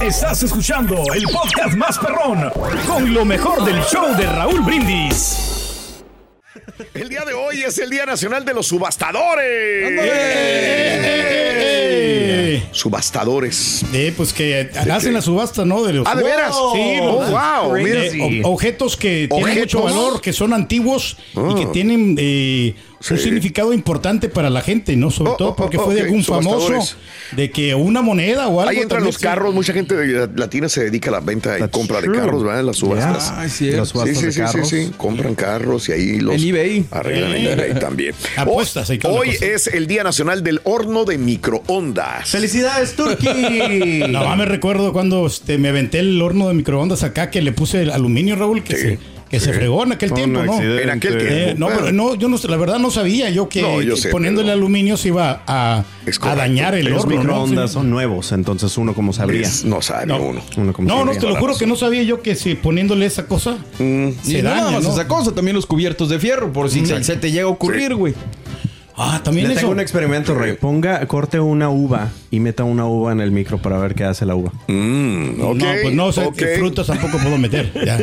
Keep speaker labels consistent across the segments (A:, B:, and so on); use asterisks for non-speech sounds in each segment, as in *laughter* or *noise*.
A: Estás escuchando el podcast más perrón con lo mejor del show de Raúl Brindis.
B: El día de hoy es el Día Nacional de los Subastadores. ¡Ey! Subastadores.
C: Eh, pues que hacen la subasta, ¿no? De los,
B: Ah, ¿de veras?
C: Sí,
B: Oh,
C: ¿verdad?
B: wow, mira.
C: Eh, o- objetos que tienen
B: Objetos. Ah.
C: mucho valor, que son antiguos y que tienen eh,
B: Sí.
C: un significado importante para la gente, ¿no? Sobre
B: Oh, oh,
C: todo porque
B: oh,
C: fue de
B: ok,
C: algún
B: subastadores.
C: famoso, de que una moneda o algo.
B: Ahí entran
C: también
B: los
C: se-
B: carros, mucha gente de- latina se dedica a la venta y
D: That's
B: compra de
D: true.
B: carros, ¿verdad? En las subastas.
D: Ah, sí, las
B: Sí,
D: subastas
B: sí,
D: de
B: sí, sí,
D: carros.
B: sí. Compran carros y ahí los
D: En eBay.
B: arreglan en eBay también.
C: Eh. Apuestas y toda la
B: Hoy
C: cosa.
B: es el Día Nacional del Horno de Microondas. *laughs*
D: ¡Felicidades, Turki!
C: No más me recuerdo cuando este, me aventé el horno de microondas acá que le puse el aluminio, Raúl, que,
B: Sí,
C: se, que se fregó en aquel
D: Un
C: tiempo, ¿no?
D: accidente.
B: En aquel Ah.
D: Eh,
B: tiempo.
C: Eh, no,
B: bueno.
C: pero no, yo no, sé, la verdad no sabía yo que,
B: No, yo sé,
C: poniendo
B: pero-
C: el aluminio se iba a,
B: Es
C: a
B: correcto.
C: dañar el
D: Los
C: horno. ¿no?
D: microondas
C: Sí.
D: son nuevos, entonces uno como sabría.
B: Es- no sabe
C: No.
B: uno.
D: Uno como
C: No, no,
D: sabría.
C: te lo juro que no sabía yo que si poniéndole esa cosa
B: Mm.
C: se
E: y no
C: daña.
E: nada más
C: ¿no?
E: esa cosa, también los cubiertos de fierro, por si se, se te llega a ocurrir, güey.
C: Ah, también
D: Le
C: eso.
D: tengo un experimento, Rey. Ponga, corte una uva y meta una uva en el micro para ver qué hace la uva.
B: Mm, ok,
C: no, pues no, sé,
B: ok.
C: frutas tampoco puedo meter. ya.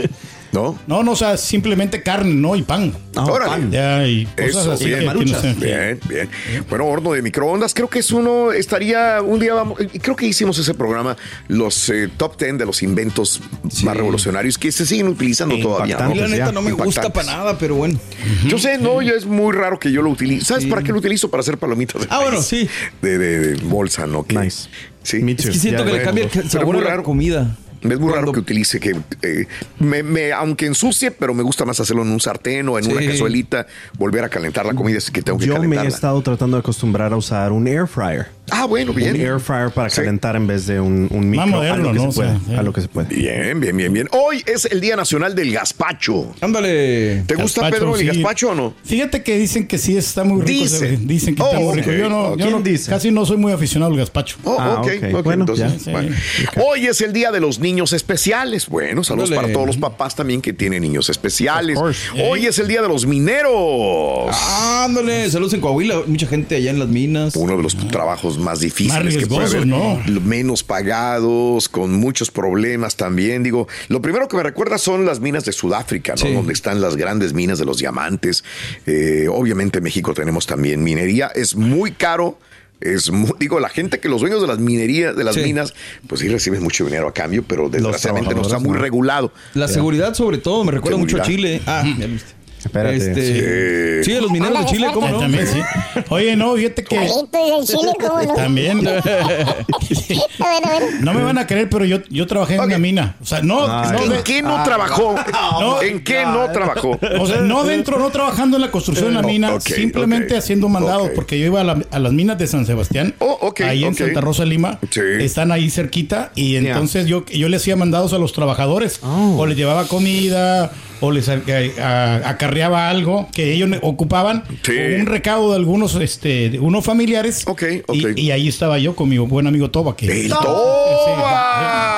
B: ¿No?
C: No, no, o sea, simplemente carne, ¿no? Y pan.
B: Órale.
C: Ya, y cosas
B: Eso,
C: así.
B: bien.
C: que- que no
D: Maruchas.
C: sé.
B: Bien, bien. Bueno, horno de microondas, creo que es uno, estaría un día, vamos, y creo que hicimos ese programa, los eh, top 10 de los inventos más revolucionarios que se siguen utilizando todavía.
E: A mí
B: ¿no?
E: la
D: Pues ya,
E: neta no me gusta
B: impactantes.
E: para nada, pero bueno.
B: Yo sé, no, yo es muy raro que yo lo utilice. ¿Sabes para qué lo utilizo? Para hacer palomitas de
E: Ah, bueno,
B: maíz.
E: sí.
B: De, de- de bolsa, ¿no? Que-
D: Nice.
B: Sí.
D: Me
B: Es
D: too.
E: Es que siento
D: Ya,
E: que le
D: bueno.
E: cambia el
B: Pero
E: sabor
B: muy
E: a la
B: raro.
E: comida.
B: muy raro
E: Cuando-
B: que utilice que eh, me, me- aunque ensucie, pero me gusta más hacerlo en un sartén o en una
E: Sí.
B: cazuelita, volver a calentar la comida, así que tengo que
D: Yo me he
B: calentarla.
D: estado tratando de acostumbrar a usar un air fryer.
B: Ah, bueno, bien.
D: Un air fryer para
B: Sí.
D: calentar en vez de un, un micro.
C: Más moderno,
D: a lo que
C: ¿no? O
D: se puede.
C: sea, eh. sí.
D: A lo que se puede.
B: Bien, bien, bien, bien. Hoy es el Día Nacional del Gazpacho.
E: Ándale.
B: ¿Te gusta,
C: Gazpacho,
B: Pedro, el
C: sí.
B: gazpacho o no?
C: Fíjate que dicen que sí está muy rico.
B: Dicen.
C: Dicen, dicen que está
B: Oh,
C: muy rico. Yo no,
B: ok.
C: yo
D: ¿Quién
C: no-
D: dice?
C: casi no soy muy aficionado al gazpacho.
B: Oh,
D: Ah,
B: ok,
D: ok.
B: ok,
D: Bueno,
B: entonces,
D: ya,
C: sí.
B: bueno. Hoy es el día de los niños especiales. Bueno, saludos
E: Ándale.
B: para todos los papás también que tienen niños especiales.
D: Of course.
B: Hoy es el día de los mineros.
E: Ándale. Saludos en Coahuila. Mucha gente allá en las minas.
B: Uno de los trabajos más
C: Más
B: difíciles que puede haber.
C: riesgosos, ¿no?
B: Lo- Menos pagados, con muchos problemas también. Digo, lo primero que me recuerda son las minas de Sudáfrica, ¿no?
E: Sí.
B: Donde están las grandes minas de los diamantes. Eh, obviamente en México tenemos también minería. Es muy caro. Es muy- digo, la gente que los dueños de las minerías, de las
E: Sí.
B: minas, pues sí reciben mucho dinero a cambio, pero desgraciadamente no está
D: trabajadores,
B: muy
D: ¿no?
B: regulado.
E: La seguridad, sobre todo, me recuerda mucho a
B: Seguridad.
E: Chile. Ah, ya viste.
D: Espérate.
E: Este, sí. a los mineros de Chile, ¿cómo
C: Eh,
E: no?
C: También, sí. Oye, no, fíjate que
F: Palitos del chile, ¿cómo no? *laughs*
C: también.
F: A ver, a ver.
C: No me van a creer, pero yo, yo trabajé en
B: Ok. Ah,
C: una mina. O sea, no,
D: Ay.
C: no,
B: ¿En
C: de-
B: qué no trabajó? ¿En qué no trabajó?
C: O sea, no dentro, no trabajando en la construcción de la
B: Oh,
C: mina,
B: ok,
C: simplemente
B: ok,
C: haciendo mandados,
B: ok.
C: porque yo iba a, la- a las minas de San Sebastián,
B: Oh, ok,
C: ahí en
B: ok.
C: Santa Rosa Lima,
B: Sí.
C: están ahí cerquita, y entonces yo, yo le hacía mandados a los trabajadores, o les llevaba comida, o les a- a- acarreaba algo que ellos ne- ocupaban,
B: Sí.
C: o un recado de algunos, este, de unos familiares,
B: Ok,
C: y-
B: ok.
C: Y, ahí estaba yo con mi buen amigo Toba, que...
B: ¡El
C: Sí,
B: Toba!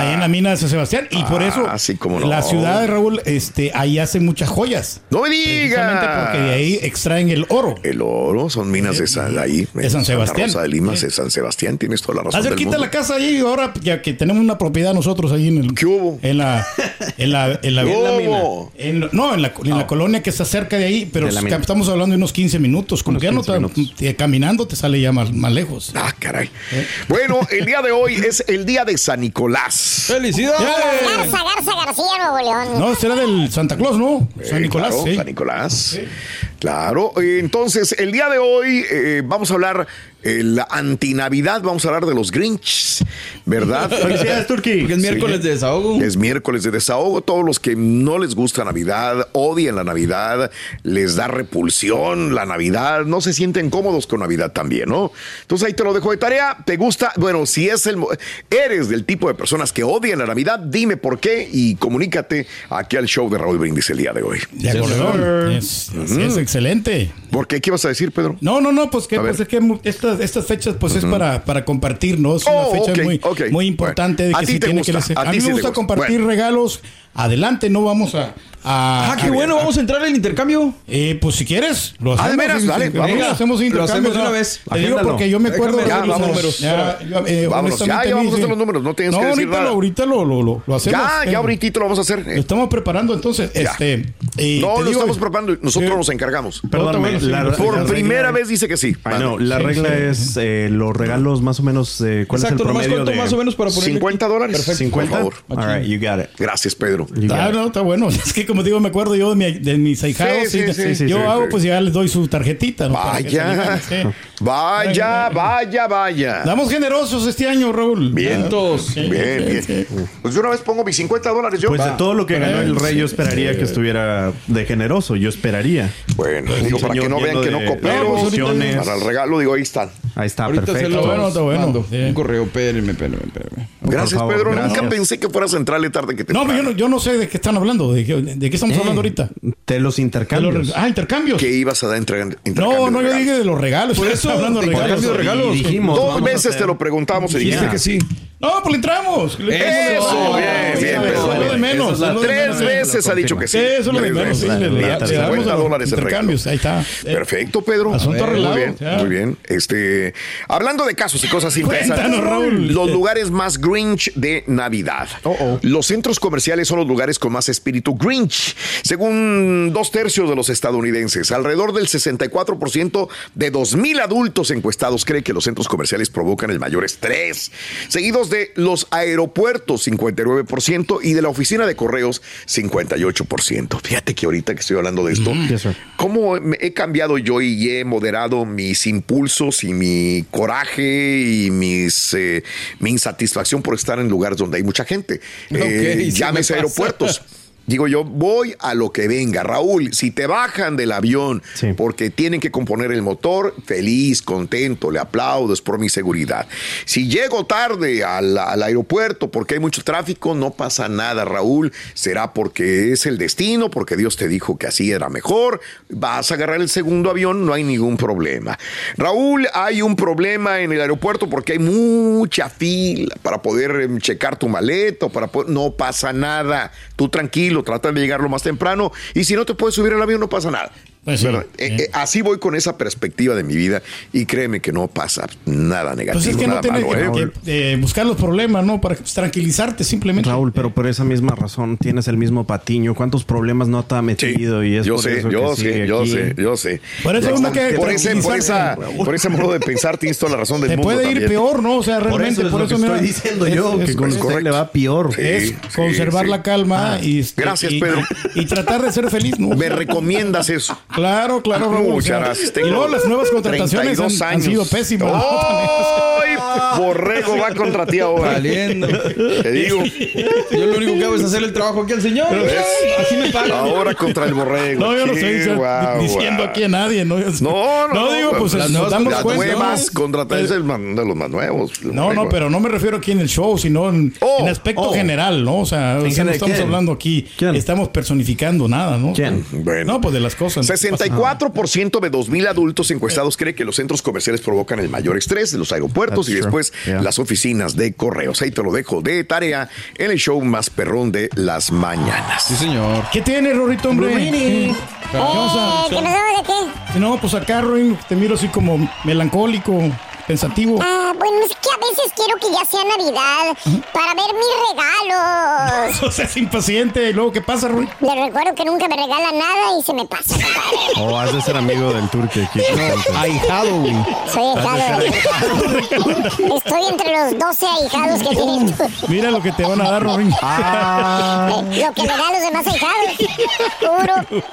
C: Ahí en la mina de San Sebastián. Y por
B: Ah,
C: eso
B: sí, cómo no.
C: la ciudad de Raúl, este, ahí hacen muchas joyas.
B: No me
C: Precisamente
B: digas.
C: porque de ahí extraen el oro.
B: El oro son minas de San, ahí,
C: de
B: en
C: San
B: Santa
C: Sebastián.
B: Rosa de Lima,
C: Sí.
B: de San Sebastián, tienes toda la razón. del
C: Está cerquita
B: mundo.
C: la casa ahí, ahora ya que tenemos una propiedad nosotros ahí en el.
B: ¿Qué hubo?
C: En la. En la. En la,
B: ¿Qué
C: en la
B: hubo?
C: en- no, en la, en la colonia que está cerca de ahí, pero
D: De la mina.
C: estamos hablando de unos 15 minutos. Como
D: Unos
C: que ya no
D: 15
C: tan-
D: minutos.
C: te- caminando te sale ya más, más lejos.
B: Ah, caray.
C: Eh.
B: Bueno, el día de hoy es el día de San
C: Eh,
B: Nicolás.
E: ¡Felicidades!
F: Garza, Garza García, Nuevo León.
C: No, será del Santa Claus, ¿no? San
B: Eh,
C: Nicolás,
B: claro,
C: sí.
B: San Nicolás. Claro. Eh, Entonces, el día de hoy eh, vamos a hablar eh, la antinavidad, vamos a hablar de los Grinch, ¿verdad?
D: *laughs* Felicidades, Turki.
E: Porque es miércoles de desahogo.
B: Es miércoles de desahogo. Todos los que no les gusta Navidad, odian la Navidad, les da repulsión la Navidad, no se sienten cómodos con Navidad también, ¿no? Entonces ahí te lo dejo de tarea. ¿Te gusta? Bueno, si es el, mo- eres del tipo de personas que odian la Navidad, dime por qué y comunícate aquí al show de Raúl Brindis el día de hoy.
C: De acuerdo. Es, así es excelente.
B: ¿Por qué? ¿Qué vas a decir, Pedro?
C: No, no, no, pues que,
B: A ver.
C: pues es que mu- estas, estas fechas pues es para, para compartir, ¿no? Es una
B: Oh,
C: fecha
B: ok,
C: muy,
B: ok.
C: muy importante
B: Bueno, a
C: de que
B: ti
C: se
B: te
C: tiene que
B: gusta,
C: hacer.
B: a
C: A
B: ti sí
C: mí me
B: te
C: gusta
B: gusta.
C: compartir
B: Bueno.
C: regalos, adelante, no vamos a. a-
E: Ah, qué
C: a-
E: bueno, vamos a entrar al intercambio.
C: Eh, pues si quieres, lo
B: Ah,
C: hacemos.
B: de veras,
C: sí,
B: dale,
C: sí,
B: vamos.
C: venga, hacemos
E: Lo
C: intercambio.
E: hacemos de una
C: ¿no?
E: vez.
C: Te digo
D: Agéndalo.
C: porque yo me acuerdo
E: Déjame
C: de
E: hacer
C: los
E: los
C: números.
E: números.
C: Ya, yo, eh,
B: Vámonos, ya,
C: honestamente
B: ya
C: a mí,
B: vamos a hacer
C: sí.
B: los números, no tienes que decir
C: ahorita
B: nada.
C: Lo, ahorita lo, lo, lo, lo hacemos.
B: Ya,
C: eh,
B: ya ahorita lo vamos a
C: Lo
B: hacer. eh.
C: estamos preparando, entonces. Este, y
B: No,
C: te
B: lo
C: digo,
B: estamos preparando, y nosotros
C: eh,
B: nos encargamos.
D: Perdóname.
C: bueno, sí,
D: la-
C: por
D: la
B: Por
D: regla
B: primera
D: es-
B: vez dice que sí.
D: Ay, no,
B: Vale.
D: la regla es eh, los regalos más o menos. eh, ¿Cuál
E: Exacto,
D: es el
E: nomás
D: promedio
E: cuánto
D: de
E: más o menos para poner.
B: 50 dólares.
E: Perfecto.
D: 50.
B: Por favor.
D: All right, you got it.
B: Gracias, Pedro.
D: You got
C: Ah,
D: it.
C: no, está bueno. Es que como digo, me acuerdo yo de, mi, de mis ahijados.
B: Sí, sí,
C: y-
B: sí, sí,
C: yo
B: sí,
C: hago,
B: sí.
C: pues ya les doy su tarjetita. ¿no? Para que
B: Vaya,
C: se metan, sí.
B: vaya, vaya, vaya.
C: Damos generosos este año, Raúl.
B: Bien,
E: Vientos.
B: bien, bien. Pues yo una vez pongo mis 50 dólares yo.
D: Pues de todo lo que ganó
C: Eh,
D: el rey, yo esperaría que estuviera de generoso. Yo esperaría.
B: Bueno, digo, para que
D: Pues señor
B: no vean
D: lleno
B: que no
D: de
C: pues,
B: coopero.
D: emociones.
B: Para el regalo, digo, ahí están.
D: Ahí está,
E: Ahorita se
D: perfecto.
E: lo
C: bueno, está bueno.
E: mando.
C: Sí.
E: Un correo, espérenme, espérenme, espérenme.
B: Gracias,
D: favor,
B: Pedro. Nunca
D: gracias.
B: pensé que fueras a entrarle tarde que te
C: No, pero yo no, yo no sé de qué están hablando. ¿De qué, de
B: Eh,
C: qué estamos hablando ahorita?
D: De Eh, los
C: De los
D: intercambios.
C: re- ah, intercambios.
B: que ibas a dar entrega.
C: No, no, yo dije de los regalos.
E: Por
C: Estaba
E: eso,
C: hablando de regalos.
E: intercambio de regalos.
D: Y dijimos,
B: Dos
D: Pues vamos a
B: veces
D: hacer-
B: te lo preguntamos y dijiste
E: Dice
D: Ya.
E: que sí.
C: No, pues le entramos. Le entramos.
B: Eso,
C: No,
B: bien,
C: ya
B: bien,
C: sabes,
B: pero
C: Eso es lo
B: bueno.
C: de menos.
D: Eso es la-
C: es lo de
B: Tres
C: menos.
B: veces ha dicho que sí.
C: Sí, eso es lo de
B: Tres
C: menos. sí,
B: veces.
C: Le le-
D: la-
C: le damos
B: 50
C: a los
B: dólares el regalo.
C: intercambios. Ahí está. Eh,
B: Perfecto, Pedro.
C: Asunto arreglado,
B: Muy bien,
C: ya.
B: muy bien. Este, hablando de casos y cosas interesantes,
C: Cuéntanos, Raúl. Oh,
B: los lugares más Grinch de Navidad. Los centros comerciales son los lugares con más espíritu Grinch, según dos tercios de los estadounidenses. Alrededor del 64% de 2.000 adultos encuestados cree que los centros comerciales provocan el mayor estrés, seguidos de los aeropuertos, 59%, y de la oficina de correos, 58%. Fíjate que ahorita que estoy hablando de esto,
D: Yes, sir.
B: ¿Cómo me- he cambiado yo y he moderado mis impulsos y mi coraje y mis, eh, mi insatisfacción por estar en lugares donde hay mucha gente? Eh,
E: Ok, sí
B: llames
E: me pasa.
B: aeropuertos. Digo yo, voy a lo que venga. Raúl, si te bajan del avión
D: Sí.
B: porque tienen que componer el motor, feliz, contento, le aplaudo, es por mi seguridad. Si llego tarde al, al aeropuerto porque hay mucho tráfico, no pasa nada, Raúl. Será porque es el destino, porque Dios te dijo que así era mejor. Vas a agarrar el segundo avión, no hay ningún problema. Raúl, hay un problema en el aeropuerto porque hay mucha fila para poder em, checar tu maleta, o para poder- no pasa nada. Tú tranquilo, trata de llegar lo más temprano y si no te puedes subir al avión no pasa nada.
C: Pues sí,
B: ¿Verdad?
C: sí.
B: Eh, eh, así voy con esa perspectiva de mi vida y créeme que no pasa nada negativo.
C: Pues es que no
B: nada
C: tiene
B: malo, ¿eh?
C: que, que, eh, buscar los problemas, ¿no? Para tranquilizarte simplemente.
D: Raúl, pero por esa misma razón tienes el mismo patiño. ¿Cuántos problemas no te ha
B: Sí,
D: metido? y es
B: yo
D: por
B: sé,
D: eso que
B: yo
D: sigue
B: sé, yo
D: aquí.
B: sé, yo sé.
C: Por eso
B: Ya
C: uno
B: está.
C: que
B: por, ese, por, esa,
C: tranquilizarse.
B: por ese modo de pensar tienes toda la razón del
C: Te
B: mundo.
C: puede ir
B: también.
C: peor, ¿no? O sea, realmente, por eso,
D: me
C: mira,
D: estoy diciendo yo,
C: es-
D: que
C: es-
D: con
B: es
D: usted
B: correcto.
D: le va peor.
B: Sí.
C: es conservar
B: sí.
C: la calma y, este,
B: Gracias,
C: y-
B: Pedro.
C: y, tratar de ser feliz, ¿no?
B: Me recomiendas
C: *laughs*
B: eso.
C: Claro, claro, Raúl. o
B: Muchas
C: sea,
B: gracias.
C: Y
B: Tengo
C: luego las nuevas contrataciones
B: 32
C: han, han
B: años. Oh,
C: sido pésimas. ¿no?
B: ¡Ay! Borrego va contra ti ahora.
E: Valiendo.
B: Te digo.
E: *laughs* Yo lo único que hago es hacer el trabajo aquí al señor.
B: ¿Ves?
E: Así me pagan.
B: Ahora contra el borrego.
C: No, yo no estoy dic-
B: Chihuahua.
C: diciendo aquí a nadie, ¿no? Yo-
B: No, no, no,
C: digo, pues
B: las
C: nos
E: nuevas-
C: damos
B: Las
C: cuenta, ¿no?
B: nuevas contrataciones de los más nuevos.
C: No, no, pero no me refiero aquí en el show, sino en,
B: Oh,
C: en aspecto
D: oh.
C: general, ¿no? O sea, o sea, no
D: general,
C: estamos
D: ¿quién?
C: hablando aquí,
D: ¿Quién?
C: estamos personificando nada, ¿no?
D: ¿Quién?
B: Bueno.
C: No, pues de las cosas.
B: 64% de 2.000 adultos encuestados cree que los centros comerciales provocan el mayor estrés, los aeropuertos
D: That's
B: y
D: true.
B: después
D: Yeah.
B: las oficinas de correos. Ahí te lo dejo de tarea en el show más perrón de las mañanas.
E: Sí, señor.
C: ¿Qué tiene, Rorrito, hombre? Sí. ¿Qué
F: Eh,
D: Oh.
C: pasa?
F: ¿Qué pasó? ¿De qué?
C: Si No, pues acá, Ruin, te miro así como melancólico, pensativo.
F: Ah, bueno, es que a veces quiero que ya sea Navidad para ver mis
C: *laughs*
F: regalos.
C: O sea, es impaciente. ¿Y luego qué pasa, Ruin?
F: Les recuerdo que nunca me regala nada y se me pasa, compadre.
D: O Oh, has de ser amigo del turque aquí.
E: Ahijado, güey.
F: Soy ahijado. de- Estoy entre los 12 ahijados que tienes tú.
C: Mira lo que te van a dar, Ruin.
F: Eh, Lo que me dan los demás ahijados. Puro.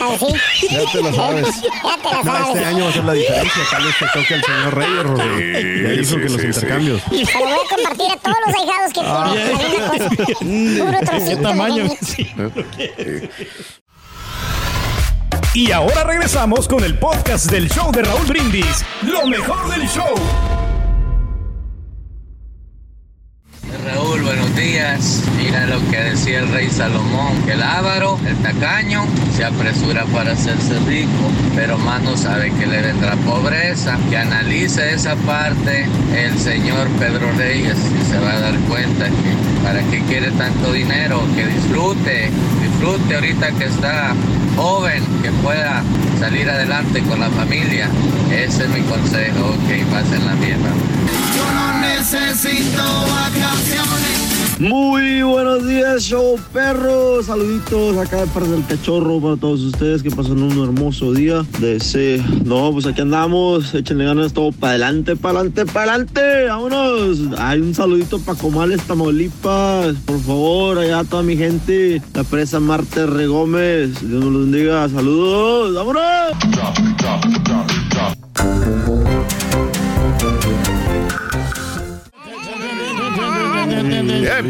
F: Así.
D: Ya te lo sabes.
F: Ya te la
D: No, este
F: sabes.
D: año va a ser la diferencia. Tal vez te toque al señor Reyes, Rodrigo.
B: Sí,
D: Ya hizo
B: sí,
D: que los
B: sí,
D: intercambios.
F: Se lo voy a compartir a todos los ahijados que tienen. Puro trocito.
C: Ah, Qué
F: de
C: tamaño.
F: gallina.
C: Sí.
A: Y ahora regresamos con el podcast del show de Raúl Brindis. Lo mejor del show.
G: Raúl, buenos días. Pues mira lo que decía el rey Salomón, que el avaro, el tacaño, se apresura para hacerse rico, pero más no sabe que le vendrá pobreza. Que analice esa parte el señor Pedro Reyes y se va a dar cuenta que para qué quiere tanto dinero, que disfrute, disfrute ahorita que está joven, que pueda salir adelante con la familia. Ese es mi consejo, ok, pasen la mierda.
H: Muy buenos días, show perro. Saluditos acá de parte del cachorro para todos ustedes que pasan un hermoso día. De ese, no, pues aquí andamos. Échenle ganas todo para adelante, para adelante, para adelante. Vámonos. Hay un saludito para Comales, Tamaulipas. Por favor, allá toda mi gente. La presa Marte R. Gómez. Dios nos los bendiga. Saludos. Vámonos.
B: Bien.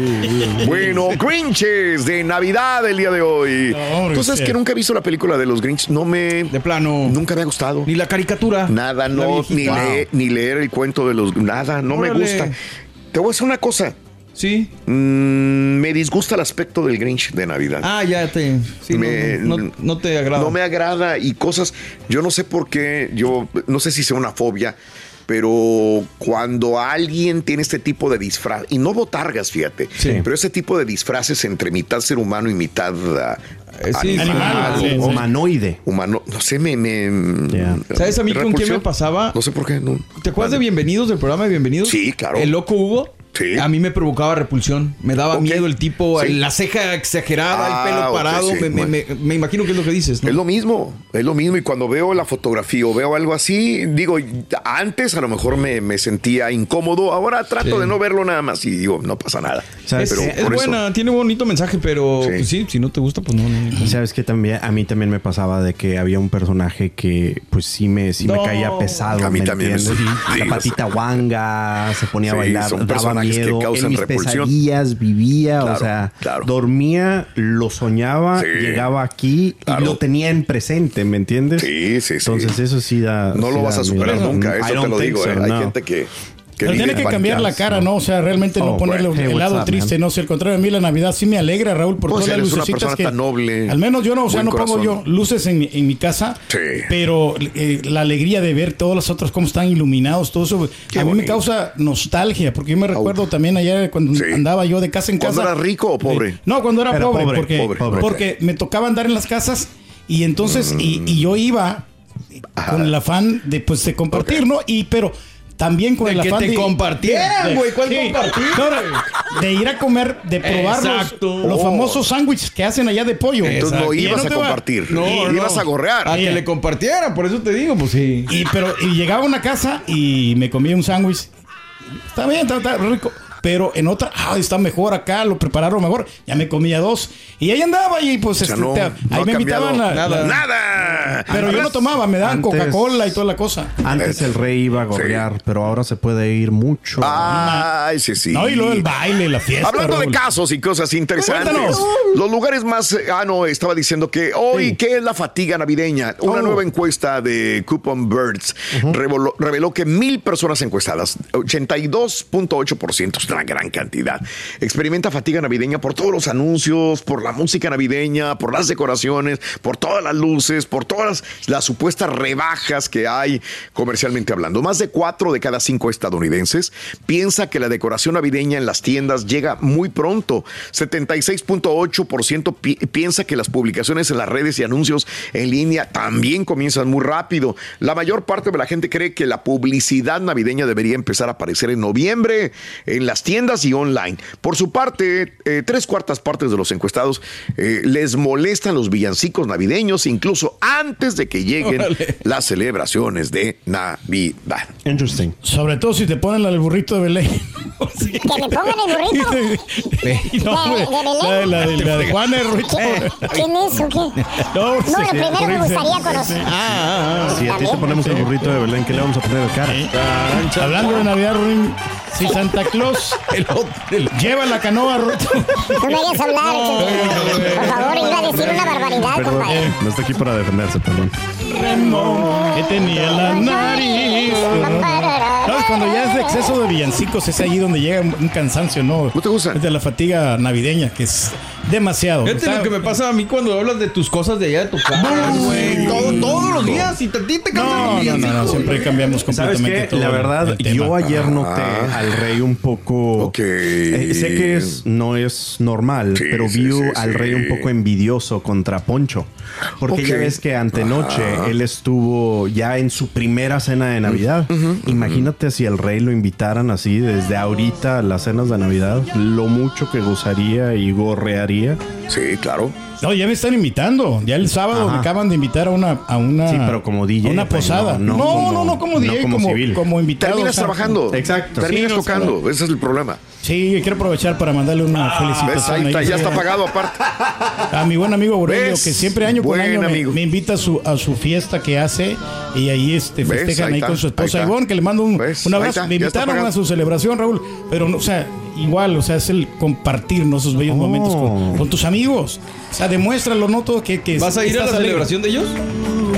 B: Bueno, Grinches de Navidad el día de hoy.
C: hombre,
B: Tú sabes
C: sí.
B: que nunca he visto la película de los Grinch. No me.
E: De plano.
B: Nunca me ha gustado.
E: Ni la caricatura.
B: Nada,
E: La
B: no.
E: viejita.
B: Ni,
E: Wow.
B: leer, ni leer el cuento de los. Nada, no me
E: Órale.
B: gusta. Te voy a decir una cosa.
E: Sí.
B: Mm, me disgusta el aspecto del Grinch de Navidad.
E: Ah, ya te. Sí,
B: Me-
E: no, no- no te agrada.
B: No me agrada y cosas. Yo no sé por qué, yo no sé si sea una fobia, pero cuando alguien tiene este tipo de disfraz, y no botargas, fíjate,
D: Sí.
B: pero ese tipo de disfraces entre mitad ser humano y mitad ah,
E: Eh, sí,
B: animal,
C: animal,
B: o-
C: sí,
B: o
C: sí.
D: Humanoide.
B: humano, no sé, me. me- mm,
D: Ya.
E: ¿Sabes a mí con quién
B: repulsión.
E: me pasaba?
B: No sé por qué. No.
E: ¿Te acuerdas de Bienvenidos, del programa de Bienvenidos?
B: Sí, claro.
E: El loco Hugo.
B: Sí.
E: A mí me provocaba repulsión. Me daba
B: Ok.
E: miedo el tipo,
B: Sí.
E: el- la ceja exagerada,
B: Ah,
E: el pelo
B: ok,
E: parado.
B: sí,
E: me, me-
B: bueno.
E: me- me imagino que es lo que dices, ¿no?
B: Es lo mismo, es lo mismo. Y cuando veo la fotografía o veo algo así, digo, antes a lo mejor me, me sentía incómodo, ahora trato
E: Sí.
B: de no verlo nada más y digo, no pasa nada.
D: ¿Sabes?
E: es
D: Pero
E: es
B: por eso-
E: buena, tiene un bonito mensaje, pero
B: Sí.
E: pues, sí. si no te gusta, pues no. no, no.
D: Sabes que también a mí también me pasaba de que había un personaje que pues sí me sí
E: No.
D: me caía pesado,
B: A mí
D: ¿me
B: también,
D: entiendes?
B: sí.
D: La
B: Sí,
D: patita guanga, se ponía a
B: Sí,
D: bailar,
B: son
D: daba
B: personajes que
D: miedo,
B: causan
D: en mis
B: repulsión.
D: pesadillas vivía,
B: Claro,
D: o sea,
B: claro.
D: dormía, lo soñaba,
B: Sí.
D: llegaba aquí
B: Claro.
D: y lo tenía en presente, ¿me entiendes?
B: Sí, sí, sí.
D: Entonces eso sí da
B: No
D: sí
B: lo
D: da
B: vas a
D: miedo.
B: superar
D: No,
B: nunca,
D: I
B: eso te
D: don't
B: lo
D: think
B: digo.
D: so,
B: eh. Hay
D: no.
B: gente que. que
C: Pero
B: vive
C: tiene que cambiar la
B: paniqueadas.
C: cara, ¿no? O sea, realmente
D: Oh,
C: no ponerle
D: bueno. Hey,
C: el lado
D: what's up,
C: triste, no sé. Al contrario, a mí la Navidad sí me alegra, Raúl, por
B: Pues
C: todas las
B: eres una
C: lucecitas
B: persona
C: que...
B: tan noble,
C: Al menos yo no, o sea,
B: buen
C: no pongo yo
B: corazón.
C: luces en, mi- en mi casa,
B: Sí.
C: pero eh, la alegría de ver todos los otros cómo están iluminados, todo eso,
B: Qué
C: a mí me
B: bonito.
C: causa nostalgia, porque yo me recuerdo también ayer cuando
B: Sí.
C: andaba yo de casa en casa.
B: ¿Cuándo eras rico o pobre?
C: Eh, No, cuando era,
D: Era
C: pobre,
D: pobre,
C: porque,
B: pobre, pobre.
C: porque me tocaba andar en las casas y entonces,
B: Mm.
C: y, y yo iba con el afán de, pues, de compartir, ¿no? Y, pero también con
E: De
C: el
E: que
C: afán
E: te
C: de...
E: compartieran,
C: de-
E: güey, ¿cuál
C: sí.
E: compartir?
C: No, de- de ir a comer, de probar los,
E: Exacto.
C: los
B: Oh.
C: famosos sándwiches que hacen allá de pollo.
B: Entonces no
C: Y ya
B: ibas
C: no
B: a
C: te va-
B: compartir,
E: No,
B: ibas
E: no.
B: a gorrear.
E: A que le compartieran, por eso te digo, pues sí.
C: Y, pero, y llegaba a una casa y me comía un sándwich. Está bien, está, está rico. Pero en otra, ah, está mejor acá, lo prepararon mejor. Ya me comía dos. Y ahí andaba y pues
B: O sea,
C: este,
B: no,
C: te-
B: no ha
C: ahí
B: cambiado
C: me invitaban a...
B: nada.
C: la-
B: Nada.
C: Pero yo no
D: Antes-
C: tomaba, me daban
D: antes-
C: Coca-Cola y toda la cosa.
D: Antes el rey iba a gorrear, pero ahora se puede ir mucho.
B: Ah. Ay, sí, sí.
C: No, y luego el baile, la fiesta.
B: Hablando de
C: Raúl.
B: casos y cosas interesantes,
C: Cuéntanos.
B: los lugares más. Ah, no, estaba diciendo que hoy, ¿qué es la fatiga navideña? Una
C: Oh.
B: nueva encuesta de Coupon Birds reveló, reveló que mil personas encuestadas, 82.8%, es una gran cantidad, experimenta fatiga navideña por todos los anuncios, por la música navideña, por las decoraciones, por todas las luces, por todas las supuestas rebajas que hay comercialmente hablando. Más de cuatro de cada cinco estadounidenses piensa que la decoración navideña en las tiendas llega muy pronto. 76.8% pi- piensa que las publicaciones en las redes y anuncios en línea también comienzan muy rápido. La mayor parte de la gente cree que la publicidad navideña debería empezar a aparecer en noviembre en las tiendas y online. Por su parte, eh, tres cuartas partes de los encuestados eh, les molestan los villancicos navideños incluso antes de que lleguen las celebraciones de Navidad.
D: Interesting.
C: Sobre todo si te ponen la del burrito de Belén. *laughs*
F: Que me pongan el burrito.
C: No,
F: ¿De- de Belén?
C: la, de- la de- la de
B: *laughs*
C: Juan el burrito.
F: ¿Qué- ¿Quién es o qué?
C: Eh. No, sí,
F: No, lo primero me
C: sí,
F: gustaría
C: sí,
F: conocer.
D: Si a ti te ponemos el burrito de Belén, ¿qué le vamos a poner al cara?
C: sí. Hablando de Navidad, Ruin, Si Santa
B: *laughs*
C: Claus lleva la canoa rota.
F: No me hagas hablar,
C: eh,
F: chingada. Por favor, iba a decir una
B: Ah,
F: barbaridad,
D: Perdón, Eh,
F: compadre.
D: no está aquí para defenderse, perdón.
C: Ramón, que tenía la nariz. ¿Sabes? Cuando ya es de exceso de villancicos, es allí donde llega un cansancio, ¿no?
B: ¿No te gustan?
C: Es de la fatiga navideña, que es demasiado.
E: Fíjate
C: pues Está-
E: lo que me pasa a mí cuando hablas de tus cosas de allá de tu casa. güey. Todo- todos los días. Y a ti te cansan
C: No,
E: los
C: no,
E: días.
C: no, no, siempre cambiamos
D: ¿Sabes
C: completamente
D: qué?
C: todo.
D: La
C: el-
D: verdad,
C: el tema.
D: yo ayer noté
B: Ah.
D: al rey un poco.
B: Ok.
D: Eh, sé que es, no es normal,
B: Sí,
D: pero
B: sí,
D: vio
B: sí,
D: al
B: sí.
D: rey un poco envidioso contra Poncho. Porque ya
B: Ok.
D: ves que antenoche él estuvo ya en su primera cena de Navidad. Imagínate si al rey lo invitaran así desde ahorita a las cenas de Navidad, lo mucho que gozaría y gorrearía.
B: Sí, claro.
C: No, ya me están invitando. Ya el sábado
D: Ajá.
C: me acaban de invitar a una, a una,
D: Sí, pero como DJ,
C: a una
D: pues,
C: posada.
D: no,
C: No,
D: no,
C: no, no,
D: no,
C: como
D: no
C: DJ,
D: como
C: como,
D: civil.
C: como invitado.
B: Terminas
C: o sea,
B: trabajando.
D: Exacto.
B: Terminas
C: Sí, no,
B: tocando. Ese es el problema.
C: Sí, quiero aprovechar para mandarle una
B: ¿Ves?
C: felicitación.
B: Ahí está,
C: pues, ahí,
B: ya
C: sí,
B: está pagado aparte.
C: A mi buen amigo Aurelio,
B: ¿Ves?
C: que siempre año con
B: Buen
C: año me,
B: amigo.
C: me invita a su, a su fiesta que hace y ahí este,
B: ¿Ves?
C: festejan
B: Ahí
C: ahí,
B: está,
C: con su
B: ahí
C: esposa
B: está.
C: Ivonne, que le mando un,
B: ¿Ves?
C: un
B: Ahí
C: abrazo.
B: está,
C: me
B: ya está
C: invitaron
B: pagado.
C: a su celebración, Raúl, pero no, o sea, igual, o sea, es el compartir ¿no? esos bellos
D: Oh.
C: momentos con, con tus amigos. O sea, demuéstralo, ¿no? Todo que, que
E: ¿Vas a
C: que
E: ir a la
C: estás alegre. Pues
E: celebración de ellos?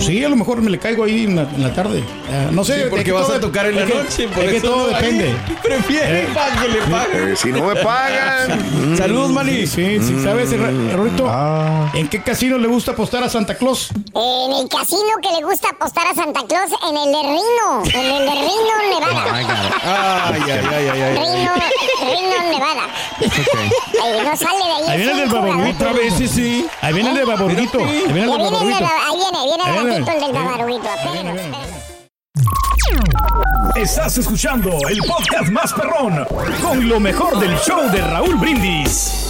C: Sí, a lo mejor me le caigo ahí en la, en la tarde. Eh, no sé.
E: Sí,
C: es
E: porque
C: que
E: vas
C: todo
E: a
C: de-
E: tocar en la
C: es que-
E: noche. por
C: es que
E: eso
C: todo
E: no hay.
C: depende.
E: Prefiere pa' que le paguen.
B: Eh, si no me pagan.
E: Saludos, Mani.
C: Sí, sí, ¿sabes,
B: Mm.
C: Ra- Raulito?
B: Ah.
C: ¿En qué casino le gusta apostar a Santa Claus?
F: En el casino que le gusta apostar a Santa Claus, en el de Rino, en el de Rino,
C: Oh,
F: Nevada.
E: Ay, ay, ay, ay, ay.
F: Rino, Rino, Nevada. Ahí no sale de ahí.
C: Ahí viene
F: es
C: el del
F: un jugador.
C: baboruito.
E: Otra vez, sí, sí.
C: Ahí viene el de baboruito. Ahí viene el
F: Ya
C: de
F: viene el de
C: baboruito.
F: la- Ahí viene, viene
C: Ahí
F: el
C: viene.
F: ratito el del
C: Ahí viene.
F: Babaruito.
C: viene,
F: apenas,
C: ahí viene.
F: apenas.
A: Estás escuchando el podcast más perrón con lo mejor del show de Raúl Brindis.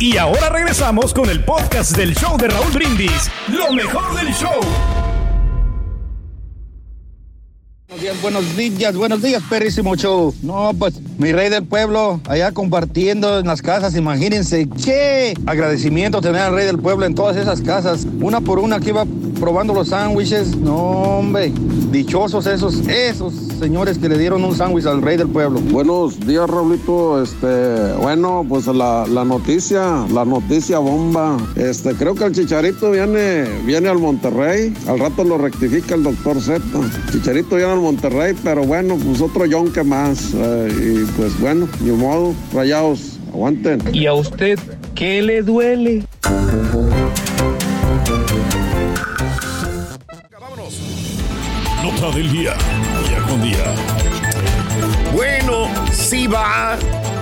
A: Y ahora regresamos con el podcast del show de Raúl Brindis. Lo mejor del show.
I: Buenos días, buenos días, perrísimo show. No, pues mi rey del pueblo, allá compartiendo en las casas, imagínense qué agradecimiento tener al rey del pueblo en todas esas casas. Una por una que iba probando los sándwiches. No, hombre, dichosos esos, esos señores que le dieron un sándwich al rey del pueblo.
H: Buenos días, Raulito. Este, bueno, pues la, la noticia, la noticia bomba. Este, creo que el Chicharito viene, viene al Monterrey. Al rato lo rectifica el doctor Z. Chicharito viene al Monterrey, pero bueno, pues otro yonque más. Eh, y pues bueno, ni modo, rayados, aguanten.
I: ¿Y a usted qué le duele?
A: Nota del día. Día con día.
B: Bueno, si va,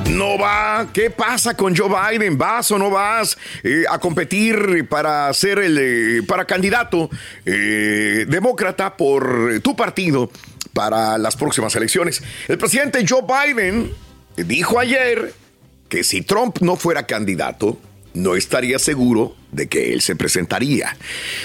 B: no va. ¿Qué pasa con Joe Biden? ¿Vas o no vas eh, a competir para ser el eh, para candidato eh, demócrata por eh, tu partido para las próximas elecciones? El presidente Joe Biden dijo ayer que si Trump no fuera candidato, no estaría seguro de que él se presentaría.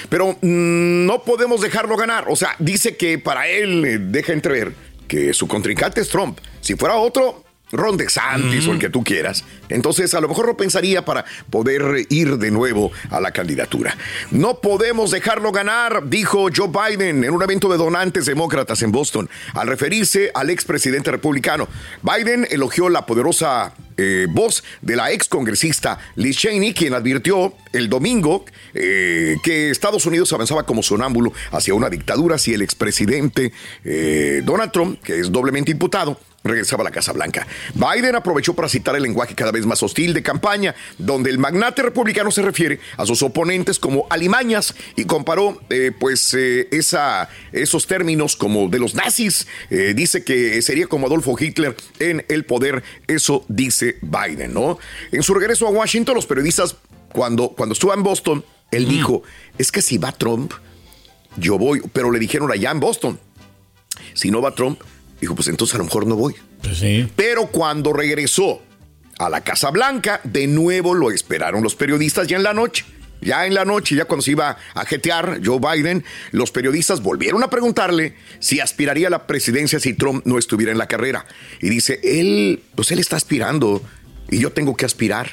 B: Pero mm, no podemos dejarlo ganar. O sea, dice que para él eh, deja entrever que su contrincante es Trump. Si fuera otro, Ron DeSantis o el que tú quieras. Entonces, a lo mejor lo pensaría para poder ir de nuevo a la candidatura. No podemos dejarlo ganar, dijo Joe Biden en un evento de donantes demócratas en Boston, al referirse al expresidente republicano. Biden elogió la poderosa eh, voz de la ex congresista Liz Cheney, quien advirtió el domingo eh, que Estados Unidos avanzaba como sonámbulo hacia una dictadura si el expresidente eh, Donald Trump, que es doblemente imputado, regresaba a la Casa Blanca. Biden aprovechó para citar el lenguaje cada vez más hostil de campaña, donde el magnate republicano se refiere a sus oponentes como alimañas y comparó eh, pues eh, esa, esos términos como de los nazis. Eh, dice que sería como Adolfo Hitler en el poder, eso dice Biden, ¿no? En su regreso a Washington, los periodistas, cuando, cuando estuvo en Boston, él dijo, es que si va Trump, yo voy, pero le dijeron allá en Boston, si no va Trump, dijo, pues entonces a lo mejor no voy.
C: Pues sí.
B: Pero cuando regresó a la Casa Blanca. De nuevo lo esperaron los periodistas ya en la noche. Ya en la noche, ya cuando se iba a jetear Joe Biden, los periodistas volvieron a preguntarle si aspiraría a la presidencia si Trump no estuviera en la carrera. Y dice, él, pues él está aspirando y yo tengo que aspirar.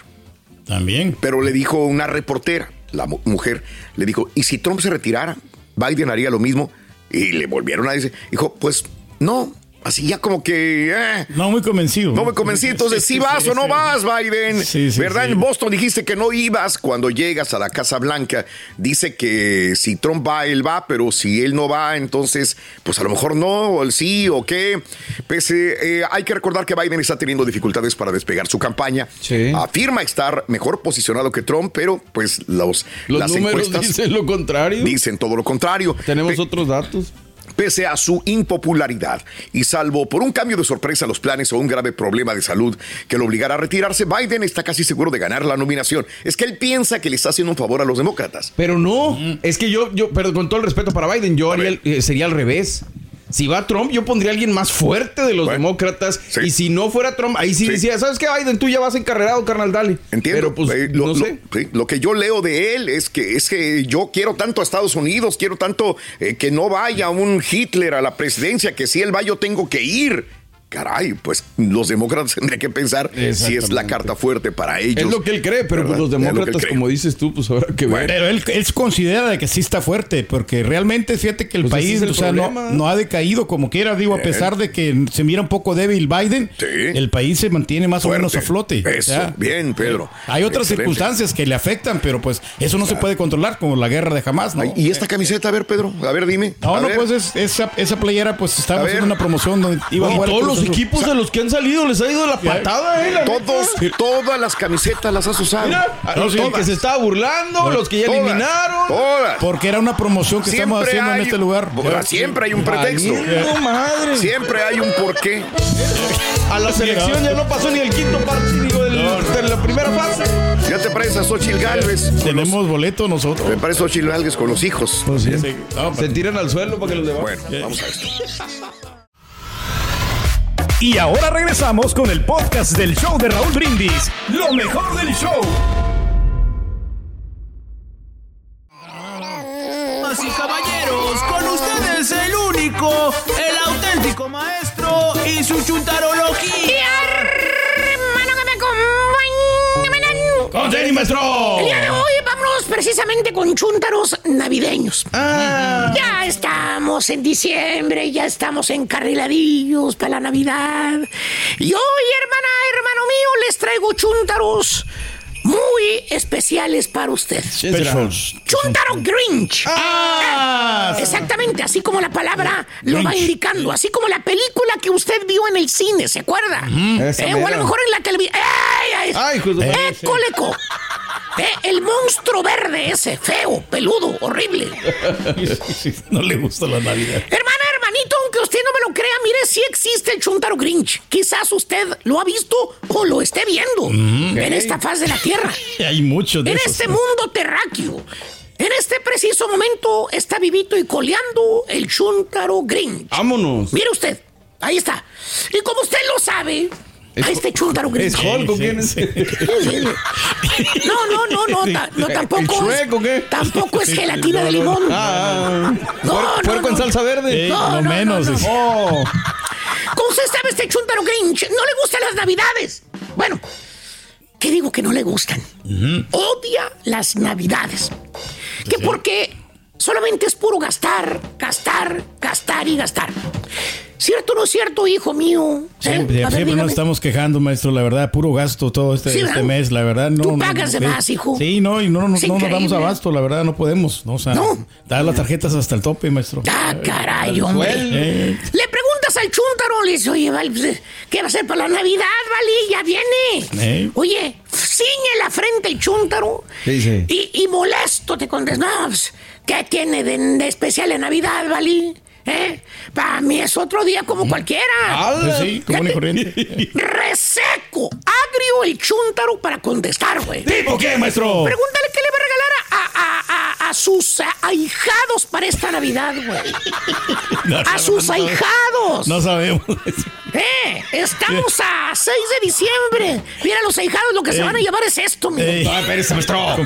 C: También.
B: Pero le dijo una reportera, la mu- mujer, le dijo, ¿y si Trump se retirara? Biden haría lo mismo. Y le volvieron a decir, dijo, pues no, así ya como que... eh,
C: No muy convencido.
B: no me convencí, entonces si vas o no vas, Biden.
C: Sí, sí,
B: ¿Verdad?
C: sí.
B: En Boston dijiste que no ibas cuando llegas a la Casa Blanca. Dice que si Trump va, él va, pero si él no va, entonces, pues a lo mejor no, o el sí, o qué. Pues, eh, eh, hay que recordar que Biden está teniendo dificultades para despegar su campaña. Afirma estar mejor posicionado que Trump, pero pues los,
E: Los
B: las
E: números
B: encuestas eh.
E: dicen lo contrario.
B: dicen todo lo contrario.
E: Tenemos otros datos.
B: Pese a su impopularidad y salvo por un cambio de sorpresa a los planes o un grave problema de salud que lo obligara a retirarse, Biden está casi seguro de ganar la nominación. Es que él piensa que le está haciendo un favor a los demócratas.
E: Pero no, es que yo, yo, pero con todo el respeto para Biden, yo haría el- eh, sería al revés. Si va Trump, yo pondría a alguien más fuerte de los demócratas. Y si no fuera Trump, ahí sí,
B: Sí.
E: decía, ¿sabes qué, Biden? Tú ya vas encarrerado, carnal, dale.
B: Entiendo.
E: Pero pues,
B: Eh, lo,
E: no
B: lo-
E: sé.
B: sí, lo que yo leo de él es que es que yo quiero tanto a Estados Unidos, quiero tanto eh, que no vaya un Hitler a la presidencia, que si él va yo tengo que ir. Caray, pues los demócratas *laughs* tendrían que pensar si es la carta fuerte para ellos.
E: es lo que él cree, pero pues,
B: ¿verdad?
E: los
B: Es lo que él
E: demócratas,
B: cree.
E: como dices tú, pues ahora que ver.
C: Pero él, él considera de que sí está fuerte, porque realmente fíjate que el
E: Pues ese
C: país
E: es el
C: o sea, no,
E: problema.
C: no ha decaído como quiera, digo, a
B: Eh.
C: pesar de que se mira un poco débil Biden, el país se mantiene más o menos a flote. o
B: Eso,
C: sea,
B: bien, Pedro.
C: hay otras
B: Excelente.
C: circunstancias que le afectan, pero pues eso no se puede controlar, como la guerra de jamás, ¿no? este,
B: Ay, ¿Y esta camiseta? A ver, Pedro, a ver, dime.
C: No,
B: A
C: no,
B: ver.
C: pues es- esa, esa playera, pues
B: A
C: estaba
B: ver.
C: haciendo una promoción donde iba a
E: Y
C: jugar el
E: todos
C: Cruz
E: los
C: Azul.
E: equipos de los que han salido les ha ido la patada, ¿eh? La neta.
B: Todos, todas las camisetas las has usado.
E: Mira, a-
C: No,
E: los
C: sí,
E: que
C: todas.
E: se estaba burlando,
C: No,
E: los que ya
B: todas,
E: eliminaron.
B: Todas.
C: Porque era una promoción que estamos haciendo en
B: hay-
C: este lugar.
B: Bueno, siempre hay un pretexto.
E: Valiendo madre.
B: Siempre hay un porqué.
E: A la selección ya no pasó ni el quinto partido, digo, del- de la primera fase.
B: Ya te parece a Xochitl Galvez.
C: Tenemos boleto nosotros.
B: Me parece Xochitl Galvez con los hijos.
E: Se tiran al suelo para que los demás.
C: Pues,
B: Bueno, vamos a esto.
A: Y ahora regresamos con el podcast del show de Raúl Brindis. Lo mejor del show.
J: Así caballeros, con ustedes el único, el auténtico maestro y su chuntarología.
K: hermano que me acompaña.
J: ¡Con tenis, maestro!
K: El día de hoy vamos precisamente con chúntaros navideños. Ya estamos en diciembre, ya estamos encarriladillos para la Navidad. Y hoy, hermana, hermano mío, les traigo chúntaros muy especiales para usted.
C: Specials.
K: Chuntaro Grinch. Eh, Exactamente, así como la palabra lo va
J: Ah. Grinch.
K: indicando, así como la película que usted vio en el cine, ¿se acuerda?
J: Ujú. Esa
K: Eh, o a
J: mera.
K: lo mejor en la televisión. ¡Ey!
J: Ay, hijo de-
K: ¡Eh,
J: Sí.
K: coleco! Eh, el monstruo verde ese, feo, peludo, horrible.
C: no le gusta la Navidad.
K: Hermana, hermanito, aunque usted no me lo crea, mire, sí existe el Chuntaro Grinch. Quizás usted lo ha visto o lo esté viendo
C: Mm.
K: en esta faz de la Tierra.
C: Hay muchos de
K: En
C: esos.
K: este mundo terráqueo, en este preciso momento, está vivito y coleando el Chuntaro Grinch.
E: Vámonos.
K: Mire usted, ahí está. Y como usted lo sabe, a este Chuntaro Grinch.
E: ¿Es Hulk o quién es?
K: No, no, no, no, ta- no tampoco es, tampoco es gelatina de limón.
E: *laughs* Ah,
K: No,
E: puer-
K: no,
E: puerco
K: no.
E: en salsa verde.
K: Ey, No, lo no, menos, no, no.
C: Eh,
E: Oh.
K: Como usted sabe, este Chuntaro Grinch no le gustan las navidades. Bueno, ¿qué digo que no le gustan? Odia las navidades.
C: Pues
K: Que porque solamente es puro gastar, gastar, gastar y gastar. ¿Cierto o no es cierto, hijo mío? ¿Eh?
C: Siempre,
K: A ver,
C: siempre
K: dígame.
C: nos estamos quejando, maestro, la verdad, puro gasto todo este,
K: Sí,
C: este
K: ¿verdad?
C: mes, la verdad. No,
K: Tú
C: no,
K: pagas de
C: sí.
K: más, hijo.
C: Sí, no, y no, no, no
K: Es
C: nos damos
K: increíble.
C: abasto, la verdad, no podemos. No, o sea, dar las tarjetas hasta el tope, maestro.
K: Ah, caray,
C: Al
E: Pues
K: hombre.
C: suelo. Eh,
K: Le preguntas al Chuntaro, le dices, oye, vale, pues, ¿qué va a hacer para la Navidad, vale? Ya viene.
C: Eh.
K: Oye, ciñe la frente el Chuntaro
E: ¿Qué dice?
K: Y, y molesto te contestas, no, pues, ¿qué tiene de, de especial en Navidad, Valí? ¿Eh? Para mí es otro día como cualquiera.
C: pues sí, común y
K: *laughs*
C: corriente.
K: Reseco, agrio el chúntaro para contestar, güey.
C: ¿Tipo qué, maestro?
K: Pregúntale qué le va a regalar a, a- a- a- a sus a- ahijados para esta Navidad, güey.
C: No, *laughs*
K: a sus
C: no, no.
K: ahijados.
C: No sabemos.
K: ¿Eh? Estamos a 6 de diciembre. Mira los ahijados, lo que se
C: Ey.
K: van a llevar es esto, mi
C: Ey.
K: compa.
E: espérese, maestro.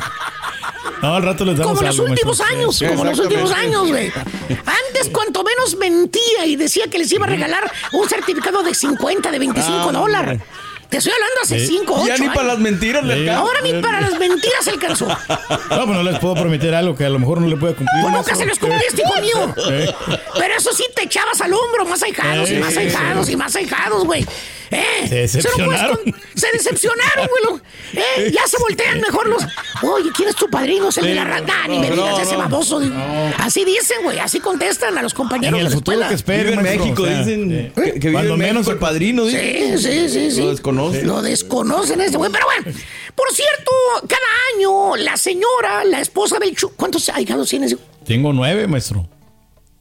C: No, al rato les damos
K: Como los
C: algo,
K: últimos
C: maestro.
K: años,
C: Sí,
K: como los últimos años, güey.
C: exactamente.
K: Antes, cuanto menos mentía y decía que les iba a regalar un certificado de 50, de 25
E: Ah,
K: dólares.
E: hombre.
K: Te estoy hablando hace
E: Sí.
K: 5 o
E: Ya ni para las mentiras le alcanza.
K: Ahora ni para las mentiras alcanzó.
E: *laughs*
C: No, pues no les puedo prometer algo que a lo mejor no le pueda cumplir.
K: Pues nunca se los cumpliste, hijo mío.
C: Eh.
K: Pero eso sí te echabas al hombro, más ahijados y
C: Eh,
K: más
C: sí,
K: ahijados
C: sí.
K: y más ahijados, güey. Eh,
C: Se
K: eso no puedes
C: decepcionaron.
K: con- se decepcionaron, güey. lo- Eh, ya se voltean mejor los. Oye, ¿quién es tu padrino? Se me
C: Sí,
K: la rata, ni
C: no,
K: me digas
C: no,
K: ese
C: no.
K: baboso.
C: No.
K: Así dicen, güey, así contestan a los
C: En
K: compañeros de
C: el
K: la
C: futuro
K: escuela.
C: que esperen,
E: Vive en
C: maestro,
E: México,
C: o sea,
E: dicen.
C: eh,
E: Que, que vive
C: cuando
E: en
C: menos
E: México el padrino,
K: Sí,
E: dicen.
K: sí, sí, sí.
E: Lo desconoce.
K: Lo desconocen este güey. Pero bueno, por cierto, cada año la señora, la esposa del chu... ¿Cuántos ahijados tienes?
C: Tengo nueve, maestro.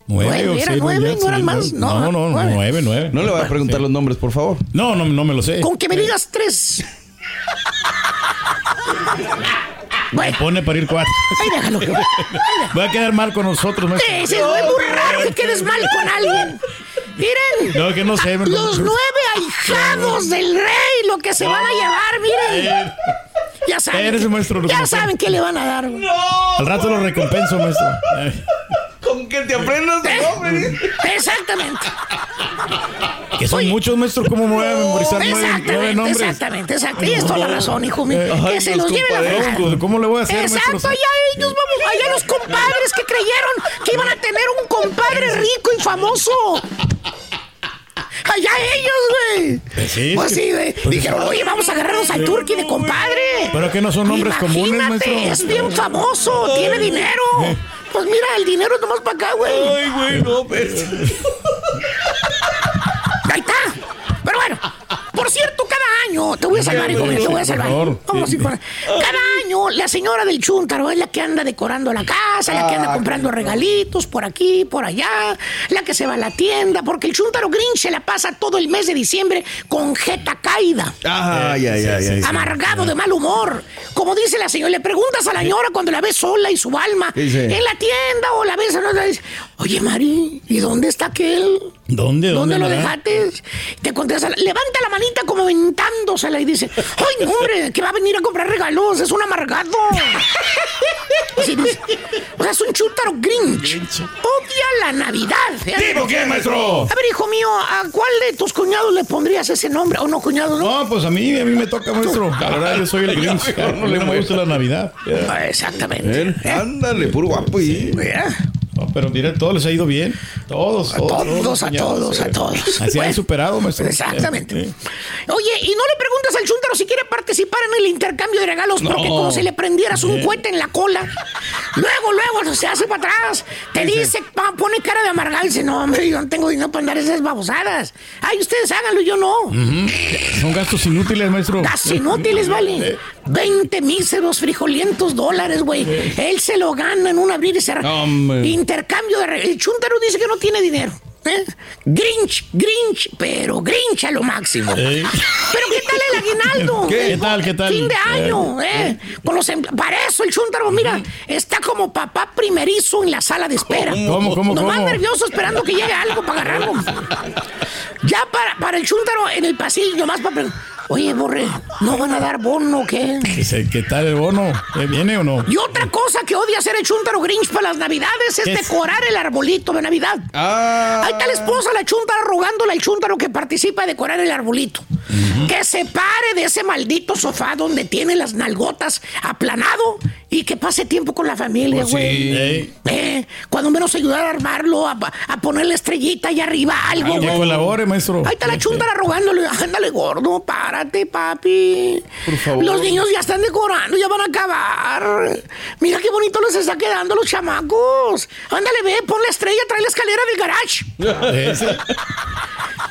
C: Nueve,
K: Nueve,
C: o
K: era
C: sí,
K: nueve,
C: ya,
K: no eran
C: sí,
K: más, no,
C: no, no,
K: nueve.
C: nueve, nueve.
E: No le voy a preguntar los nombres, por favor.
C: No, no, no me lo sé.
K: Con que me digas tres.
C: Me pone para ir cuatro.
K: Ahí déjalo.
C: Voy a quedar mal con nosotros, maestro.
K: Sí, sí, es muy raro que quedes mal con alguien. Miren.
C: No, que no sé, maestro.
K: Los nueve ahijados del rey, lo que se van a llevar, miren. Ya saben.
C: Eh, Eres un maestro,
K: que, ya
C: Rufino.
K: saben qué le van a dar. güey.
C: Al rato lo recompenso, maestro. Eh,
E: Con que te aprendas de nombre.
K: Exactamente.
C: Que son muchos, maestro. ¿Cómo me voy a memorizar nueve, nueve
K: Exactamente,
C: nombres?
K: exactamente, exacto. Tienes toda la razón, hijo mío.
C: Eh,
K: que
C: ay,
K: se
C: los
K: los lleven a la
C: compadres,
K: fregada.
C: ¿Cómo le voy a hacer,
K: Exacto,
C: maestro?
K: allá ellos, vamos, allá los compadres que creyeron que iban a tener un compadre rico y famoso. Allá ellos, güey.
C: Pues sí,
K: Pues sí, güey.
C: pues-
K: Dijeron, oye, vamos a agarrarnos al turqui de compadre.
C: Pero que no son nombres comunes,
K: Imagínate,
C: maestro. Eh.
K: es bien famoso, tiene dinero. Pues mira, el dinero es nomás para acá, güey.
E: Ay, güey, no, pues.
K: Ahí está. Pero bueno, por cierto, cada año, te voy a salvar, hijo mío, te voy a salvar.
C: Por favor.
K: Vamos, hijo. Cada año, la señora del Chuntaro es la que anda decorando la casa, la que
E: Ah,
K: anda comprando regalitos por aquí, por allá, la que se va a la tienda, porque el Chuntaro Grinch se la pasa todo el mes de diciembre con jeta caída.
E: Ay, ay, ay, Ah. ay.
K: Amargado de mal humor. Como dice la señora, le preguntas a la señora cuando la ves sola y su alma
E: Dice.
K: en la tienda o la ves en otra, dice, oye Mari, ¿y dónde está aquel?
C: ¿Dónde,
K: ¿Dónde, lo
C: maná?
K: dejaste? Te contesta, levanta la manita como ventándosela y dice, ¡ay, no, hombre! Que va a venir a comprar regalos, es un amargado. *laughs* Así dice. O sea, es un chútaro grinch. Odia la Navidad.
E: ¿Tipo qué, maestro?
K: A ver, hijo mío, ¿a cuál de tus cuñados le pondrías ese nombre? ¿O no, cuñado, no?
C: No, pues a mí, a mí me toca, maestro. La verdad, *laughs* yo soy el Grinch.
E: Ya, mejor
C: No
E: no le
C: me gusta la Navidad.
K: Ah, Exactamente. ¿Eh?
E: Ven, Ándale, puro guapo. Y...
K: Mira,
C: No, pero mira, todo les ha ido bien. Todos,
K: a todos, a
C: señores,
K: todos, a
C: eh.
K: todos.
C: Así han
K: Bueno.
C: superado, maestro.
K: Pues, Exactamente.
C: Eh,
K: Oye, y no le preguntas al Chuntaro si quiere participar en el intercambio de regalos, porque
E: No.
K: como si le prendieras un cohete en la cola, luego, luego se hace para atrás, te dice, pa- pone cara de amargado y dice, no, hombre, yo no tengo dinero para andar esas babosadas. Ay, ustedes háganlo,
E: *laughs*
K: yo no.
C: eh, Son gastos inútiles, maestro.
K: Gas inútiles, vale. 20 míseros frijolientos dólares, güey. Él se lo gana en un abrir y cerrar.
E: Hombre.
K: Intercambio de. re- El chuntaro dice que no tiene dinero. ¿eh? Grinch, Grinch, pero Grinch a lo máximo.
C: Eh,
K: Pero ¿qué tal el aguinaldo?
C: ¿Qué?
K: El
C: ¿Qué tal, qué tal?
K: Fin de año, ¿eh? Con los empl- Para eso el chuntaro, mira, está como papá primerizo en la sala de espera.
C: ¿Cómo, cómo,
K: Nomás
C: cómo?
K: nervioso esperando que llegue algo para agarrarlo. Ya para, para el chuntaro en el pasillo, nomás para... pre- Oye, Borre, ¿no van a dar bono o qué?
C: dice, pues, ¿Qué tal el bono? Eh, ¿Viene o no?
K: Y otra cosa que odia hacer el chuntaro Grinch para las navidades es
C: ¿Qué es?
K: decorar el arbolito de Navidad.
E: Ah.
K: Ahí está la esposa, la chuntara, rogándole al chuntaro que participa a decorar el arbolito. Que se pare de ese maldito sofá donde tiene las nalgotas aplanado y que pase tiempo con la familia,
E: Pues sí.
K: güey.
C: Eh,
K: Eh, cuando menos ayudar a armarlo, a, a ponerle estrellita allá arriba, algo.
C: que
K: güey.
C: colabore, maestro.
K: Ahí está la chuntara rogándole, ándale gordo, párate, papi.
E: Por favor.
K: Los niños ya están decorando, ya van a acabar. Mira qué bonito les está quedando a los chamacos. Ándale, ve, pon la estrella, trae la escalera del garage.
E: *laughs*
C: Eh, sí.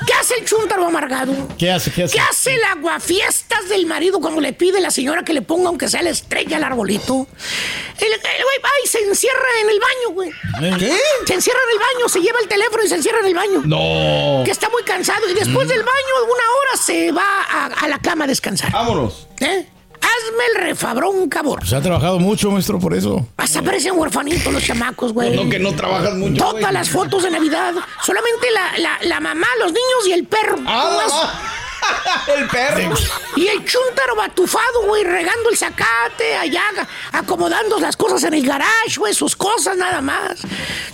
K: ¿Qué hace el chuntaro amargado?
C: ¿Qué hace? ¿Qué hace?
K: ¿Qué hace el aguafiestas del marido cuando le pide la señora que le ponga aunque sea la estrella al arbolito? El el güey va y se encierra en el baño, güey.
C: ¿Qué?
K: Se encierra en el baño, se lleva el teléfono y se encierra en el baño.
E: No.
K: Que está muy
C: Mm.
K: cansado y después del baño, una hora se va a, a la cama a descansar.
E: Vámonos.
K: ¿Eh? hazme el refabrón, cabrón.
C: Pues ha trabajado mucho, maestro, por eso.
K: Hasta parecen huerfanitos los chamacos, güey.
C: No, que no trabajan mucho,
K: Todas
C: güey.
K: las fotos de Navidad. Solamente la, la- la mamá, los niños y el perro.
C: Ah, *laughs*
E: El perro.
K: Y el chúntaro batufado, güey, regando el zacate, allá acomodando las cosas en el garage, güey, sus cosas nada más.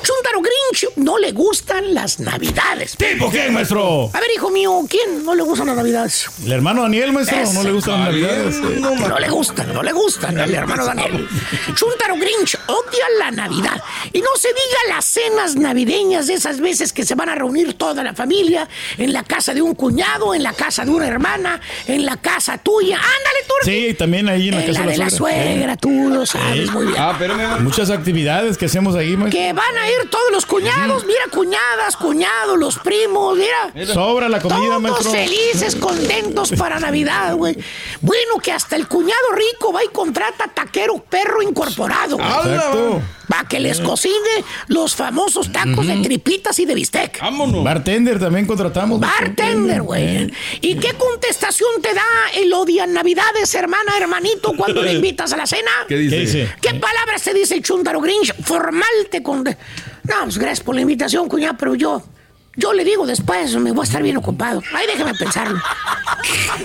K: Chúntaro Grinch, no le gustan las navidades.
C: ¿Tipo quién, maestro?
K: A ver, hijo mío, ¿quién no le gustan las navidades?
C: El hermano Daniel, maestro, no
K: Ese
C: le gustan las navidades.
K: No, no le gustan, no le gustan al hermano Daniel. Chuntaro Grinch odia la Navidad. Y no se diga las cenas navideñas de esas veces que se van a reunir toda la familia en la casa de un cuñado, en la casa de una hermana, en la casa tuya. Ándale, Turki.
C: Sí, también ahí en la
K: En
C: casa
K: Eh, la de la suegra, tú lo sabes muy bien.
C: Ah, pero Muchas actividades que hacemos ahí, maestro.
K: Que van a ir todos los cuñados, mira, cuñadas, cuñados, los primos, mira.
C: Sobra la comida,
K: todos
C: maestro.
K: felices, contentos para Navidad, güey. Bueno, que hasta el cuñado rico va y contrata taquero perro incorporado.
C: Ah.
K: güey.
C: Exacto.
K: Va que les cocine los famosos tacos de tripitas y de bistec.
C: Ah, pues,
E: Vámonos.
C: Bartender también contratamos. maestro.
K: Bartender, güey. ¿Y qué contestación te da el odia Navidades, hermana, hermanito,
C: *laughs*
K: cuando le invitas a la cena?
E: ¿Qué dice? ¿Qué dice?
C: Eh.
K: ¿Qué palabras te dice el Chuntaro Grinch? Formal te conde. No, pues gracias por la invitación, cuñada, pero yo. Yo le digo después, me voy a estar bien ocupado. Ahí déjame pensarlo.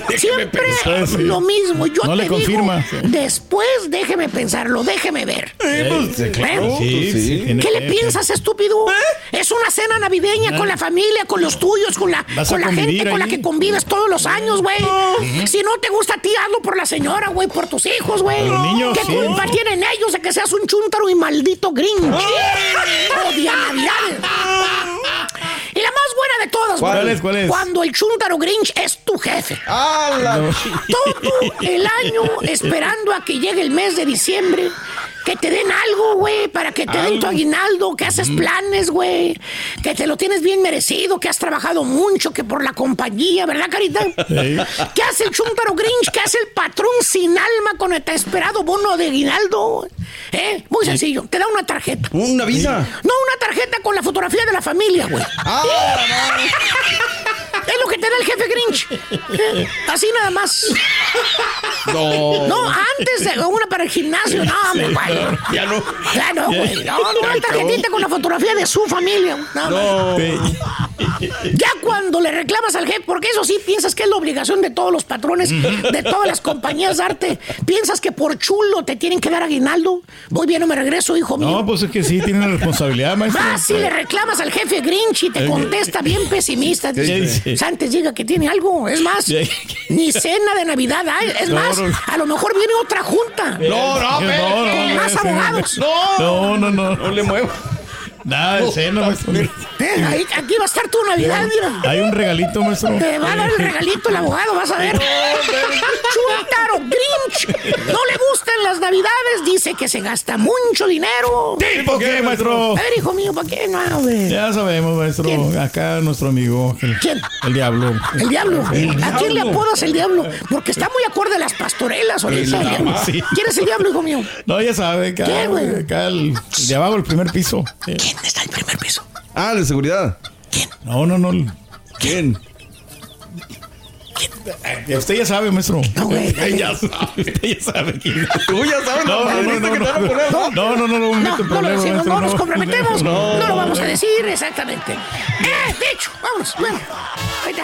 C: *laughs*
K: Siempre
C: pensar, sí.
K: lo mismo. Yo
C: No
K: te
C: le confirma.
K: digo, después déjeme pensarlo, déjeme ver.
C: pues, claro,
K: ¿Eh?
C: sí, sí, tiene ¿Eh?
K: ¿Qué le
C: que-
K: piensas, estúpido? Es una cena navideña con la familia, con los tuyos, con la,
C: ¿Eh? Vas a
K: con la gente
C: convivir
K: con la
C: ahí.
K: que convives todos los años, güey. ¿Eh? Si no te gusta a ti, hazlo por la señora, güey, por tus hijos, güey.
C: Los niños,
K: ¿Qué
C: sí.
K: culpa tienen ellos de que seas un chuntaro y maldito grinch?
C: Ah.
K: Oh, Odia Navidades. Y la más buena de todas,
C: ¿Cuál
K: güey,
C: es, cuál es?
K: Cuando el chuntaro grinch es tu jefe. Todo el año esperando a que llegue el mes de diciembre. Que te den algo, güey, para que te den tu aguinaldo, que haces planes, güey, que te lo tienes bien merecido, que has trabajado mucho, que por la compañía, ¿verdad, Carita? ¿Qué hace el chúntaro Grinch? ¿Qué hace el patrón sin alma con el tan esperado bono de aguinaldo? ¿Eh? Muy sencillo, te da una tarjeta.
E: ¿Una visa?
K: No, una tarjeta con la fotografía de la familia, güey. *laughs* es lo que te da el jefe Grinch. ¿Eh? Así nada más.
E: No.
K: No, antes de una para el gimnasio. No, hombre, bueno.
E: Ya no.
K: Ya no, güey. No, no, una tarjetita con la fotografía de su familia. güey. No,
E: No.
K: ya cuando le reclamas al jefe, porque eso sí piensas que es la obligación de todos los patrones, de todas las compañías de arte, piensas que por chulo te tienen que dar aguinaldo. Voy bien, no me regreso, hijo mío.
C: No, pues es que sí, tiene la responsabilidad, maestro.
K: Vas y le reclamas al jefe Grinch y te contesta bien pesimista.
C: ¿Qué dice?
K: Dice, Santos diga que tiene algo. Es más,
C: Sí.
K: ni cena de Navidad hay. Es
C: No,
K: más,
C: no.
K: a lo mejor viene otra junta.
C: No, no,
K: Con
C: no, no,
K: más
C: no,
K: abogados.
C: No, no, no. No le muevo. Nada de cena, maestro.
K: Eh, ahí- aquí va a estar tu Navidad, mira.
C: Hay un regalito, maestro.
K: Te va a dar el regalito el abogado, vas a ver. *laughs* Chuntaro Grinch. No le gustan las navidades, dice que se gasta mucho dinero.
C: ¿Tipo qué, maestro?
K: A ver, hijo mío, ¿para qué? No, hombre.
C: Ya sabemos, maestro. Acá nuestro amigo. El,
K: ¿Quién?
C: El diablo.
K: El diablo. ¿A quién le
C: diablo.
K: apodas el diablo? Porque está muy acorde a las pastorelas ahorita.
C: El
K: el diablo.
C: sí.
K: ¿Quién es el diablo, hijo mío?
C: No, ya sabe, acá,
K: ¿Qué, güey?
C: acá el, el de abajo, el primer piso. Sí.
K: ¿Quién está en el primer piso?
E: Ah, de
C: *laughs*
E: seguridad.
C: No, no, no.
E: ¿Quién?
C: Eh, Usted ya sabe, maestro.
K: No,
C: *laughs*
K: güey.
C: Usted ya sabe. Usted ya sabe quién es.
E: Tú ya sabes la
C: No, no, no,
E: madriza
C: no,
E: que te van a poner.
C: no, no, no, no, no, me
K: No,
C: meto en
K: no lo
C: problemas,
K: decimos,
C: maestro,
K: no nos comprometemos, no, lo vamos a
C: no.
K: decir exactamente. Eh, de hecho, vámonos, bueno, ahí está.